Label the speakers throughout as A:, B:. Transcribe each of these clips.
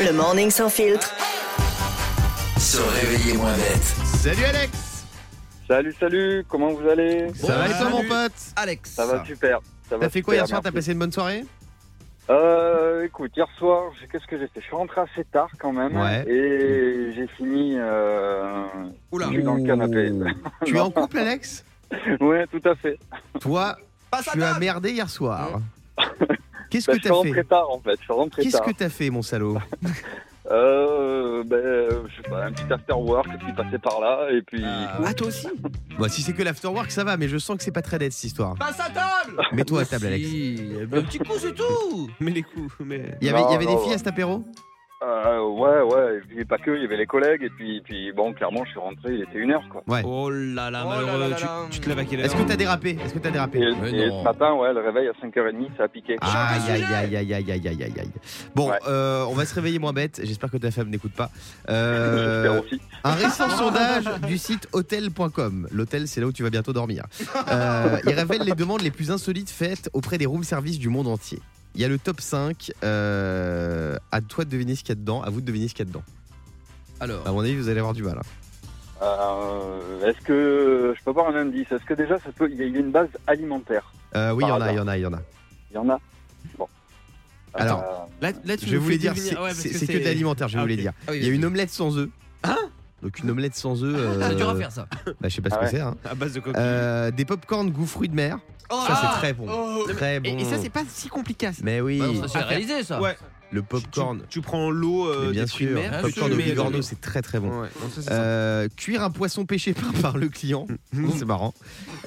A: Le morning sans filtre.
B: Se réveiller moins bête.
C: Salut Alex
D: Salut, salut, comment vous allez
C: Ça va et toi mon
E: Salut.
C: pote
E: Alex.
D: Ça va super. ça va
C: T'as fait quoi
D: super,
C: hier soir T'as
D: merci.
C: passé une bonne soirée
D: Euh, écoute, hier soir, j'ai- qu'est-ce que j'ai fait Je suis rentré assez tard quand même.
C: Ouais.
D: Et j'ai fini. Euh...
E: Oula.
D: Je suis dans le canapé.
C: Tu es en couple Alex
D: ouais, tout à fait.
C: Toi,
E: Passe à
C: tu as
E: table.
C: merdé hier soir. Qu'est-ce
D: Bah,
C: que
D: je suis
C: t'as
D: rentré
C: fait
D: tard en fait. Je suis rentré
C: Qu'est-ce
D: tard.
C: que t'as fait mon salaud
D: Euh, ben, je sais pas, un petit after work qui passait par là. Et puis.
E: Ah, toi aussi
C: Bah si c'est que l'afterwork ça va mais je sens que c'est pas très net cette histoire.
E: Passe à table
C: Mets-toi à table Alex.
E: Si, mais Un petit coup, c'est tout Mais les coups, mais.
C: Il y avait, il y
D: Non,
C: avait des
D: non,
C: filles
D: ouais.
C: à cet apéro Ah.
D: Euh, ouais, ouais, il y avait pas que, il y avait les collègues. Et puis, puis bon, clairement, je suis rentré, il était une heure quoi.
E: Oh là là,
F: Oh là
E: malheureux,
F: là
E: tu,
F: là.
E: tu te lèves à quelle heure
C: Est-ce que t'as dérapé Est-ce que t'as
D: Et,
C: dérapé
F: Mais
D: et
F: non.
D: ce matin, ouais, le réveil à 5h30, ça a piqué.
C: Aïe
E: Change de
C: aïe
E: sujet.
C: aïe aïe aïe aïe aïe aïe aïe. Bon,
D: Ouais.
C: euh, on va se réveiller moins bête. J'espère que ta femme n'écoute pas.
D: J'espère
C: Euh,
D: aussi.
C: Un récent sondage du site hotel.com. L'hôtel, c'est là où tu vas bientôt dormir. Euh, il révèle les demandes les plus insolites faites auprès des room service du monde entier. Il y a le top 5. euh, à toi de deviner ce qu'il y a dedans. À vous de deviner ce qu'il y a dedans. À
F: Alors,
C: mon avis, vous allez avoir du mal. hein.
D: Euh, Est-ce que je peux avoir un indice Est-ce que déjà ça peut il y a une base alimentaire
C: Euh, oui, il y en
D: Par
C: a, il y en a, il y en a.
D: Il y en a. Bon.
C: Alors,
D: Euh,
F: là, là, tu
C: Je vais
F: me
C: vous
F: fais
C: les dire.
F: deviner-
C: C'est
F: ouais, parce
C: c'est- c'est que de l'alimentaire, je vais
F: Ah,
C: vous les
F: ok.
C: dire.
F: Ah oui,
C: Il y a une
F: vas-y.
C: omelette sans œufs.
F: Hein
C: Donc, une omelette sans œufs.
F: Ah, c'est dur à
C: euh,
F: faire ça.
C: bah, je sais pas ce
D: Ah
C: que
D: ouais.
C: c'est. hein.
F: À base de coquille.
C: Euh, des popcorn goût fruits de mer.
F: Oh,
C: Ça,
F: ah
C: c'est très bon.
F: Oh.
C: Très bon.
F: Et, et ça, c'est pas si compliqué. à-
C: Mais oui,
F: Ouais, ça, c'est
E: Ah,
F: réalisé ça.
E: Ouais.
C: le popcorn.
F: Tu, tu prends l'eau
C: Mais
F: euh,
C: bien
F: des fruits de
C: sûr,
F: mer,
C: popcorn
F: tu
C: au
F: mets dans
C: bigorneau,
F: l'eau.
C: c'est très très bon.
F: Ouais, non, ça, c'est sympa.
C: Euh, cuire un poisson pêché par, par le client, c'est marrant.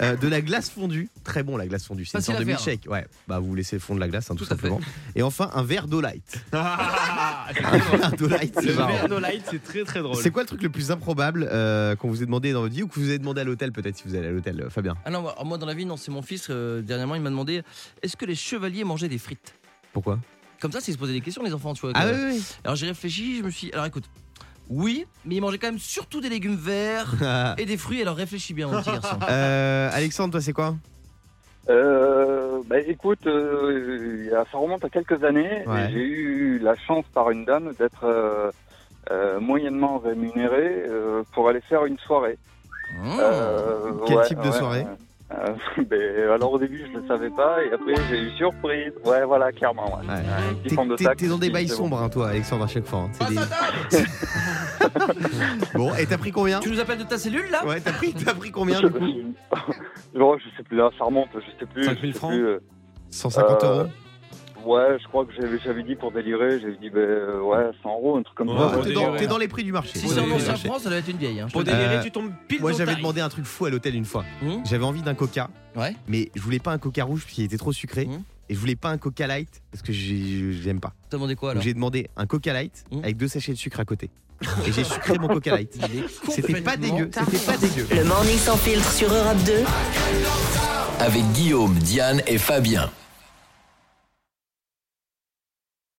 C: Euh, de la glace fondue, très bon la glace fondue, c'est une
F: Facile
C: sorte de
F: à faire.
C: milkshake. Ouais, bah vous laissez fondre la glace, hein, tout,
F: Tout à fait.
C: simplement. Et enfin un verre d'eau light.
F: Ah,
C: Un verre d'eau light,
F: Le
C: c'est marrant.
F: verre d'eau light, c'est très très drôle.
C: C'est quoi le truc le plus improbable euh, qu'on vous ait demandé dans votre vie ou que vous avez demandé à l'hôtel peut-être si vous allez à l'hôtel, euh, Fabien
F: Ah non, moi- moi dans la vie, non, c'est mon fils. euh, dernièrement, il m'a demandé est-ce que les chevaliers mangeaient des frites
C: Pourquoi
F: Comme ça, c'est se poser des questions, les enfants, tu vois.
C: Ah
F: quand-
C: oui, oui, oui.
F: Alors j'ai réfléchi, je me suis. Alors écoute, oui, mais ils mangeaient quand même surtout des légumes verts et des fruits. Alors réfléchis bien, mon petit garçon.
C: Euh, Alexandre, toi c'est quoi
D: euh, bah, écoute, euh, il y a- ça remonte à quelques années.
C: Ouais.
D: et J'ai eu la chance par une dame d'être euh, euh, moyennement rémunéré euh, pour aller faire une soirée.
F: Mmh.
D: Euh,
C: Quel type de soirée
D: Euh, ben, alors au début je ne savais pas et après j'ai eu surprise. Ouais voilà clairement. Ouais.
C: Ouais.
D: Un petit
C: T'es-
D: fond de
C: T'es
D: sac,
C: t'es dans des
D: puis
C: bails
D: c'est bon.
C: sombres hein, toi Alexandre à chaque fois.
F: Ah,
C: hein. C'est des- Bon, et t'as pris combien
F: Tu nous appelles de ta cellule là
C: Ouais, t'as pris, t'as pris combien du coup
D: Je- oh, je sais plus, là, ça remonte, je sais plus.
F: 5 000
D: je sais
F: francs
D: plus, euh,
C: 150
D: Euh,
C: euros
D: Ouais, je crois que j'avais, j'avais dit pour délirer, j'avais dit, ben euh, ouais, 100 euros, un truc comme
F: Ouais,
D: ça.
C: Bon,
F: ouais,
C: T'es
F: ouais,
C: dans,
F: ouais.
C: t'es dans les prix du marché.
F: Si
C: T'es
F: c'est
C: dans
F: en
C: les prix
F: ancien
C: du marché.
F: franc, ça doit être une vieille. Hein, je
C: Pour
F: te
C: des-
F: le
C: délirer,
E: tu tombes pile
C: Euh, Moi j'avais demandé un truc fou à l'hôtel une fois.
F: dis. Mmh.
C: J'avais envie d'un coca,
F: Ouais.
C: mais je voulais pas un coca rouge parce qu'il était trop sucré.
F: Mm.
C: Et je voulais pas un coca light parce que j'ai- j'aime pas.
F: T'as demandé quoi
C: Donc
F: alors
C: j'ai demandé un coca light
F: Mm.
C: avec deux sachets de sucre à côté. Et j'ai sucré mon coca light.
F: Il est
C: C'était pas
F: complètement
C: dégueu,
F: taré.
C: c'était pas dégueu.
A: Le morning sans filtre sur Europe 2.
B: Avec Guillaume, Diane et Fabien.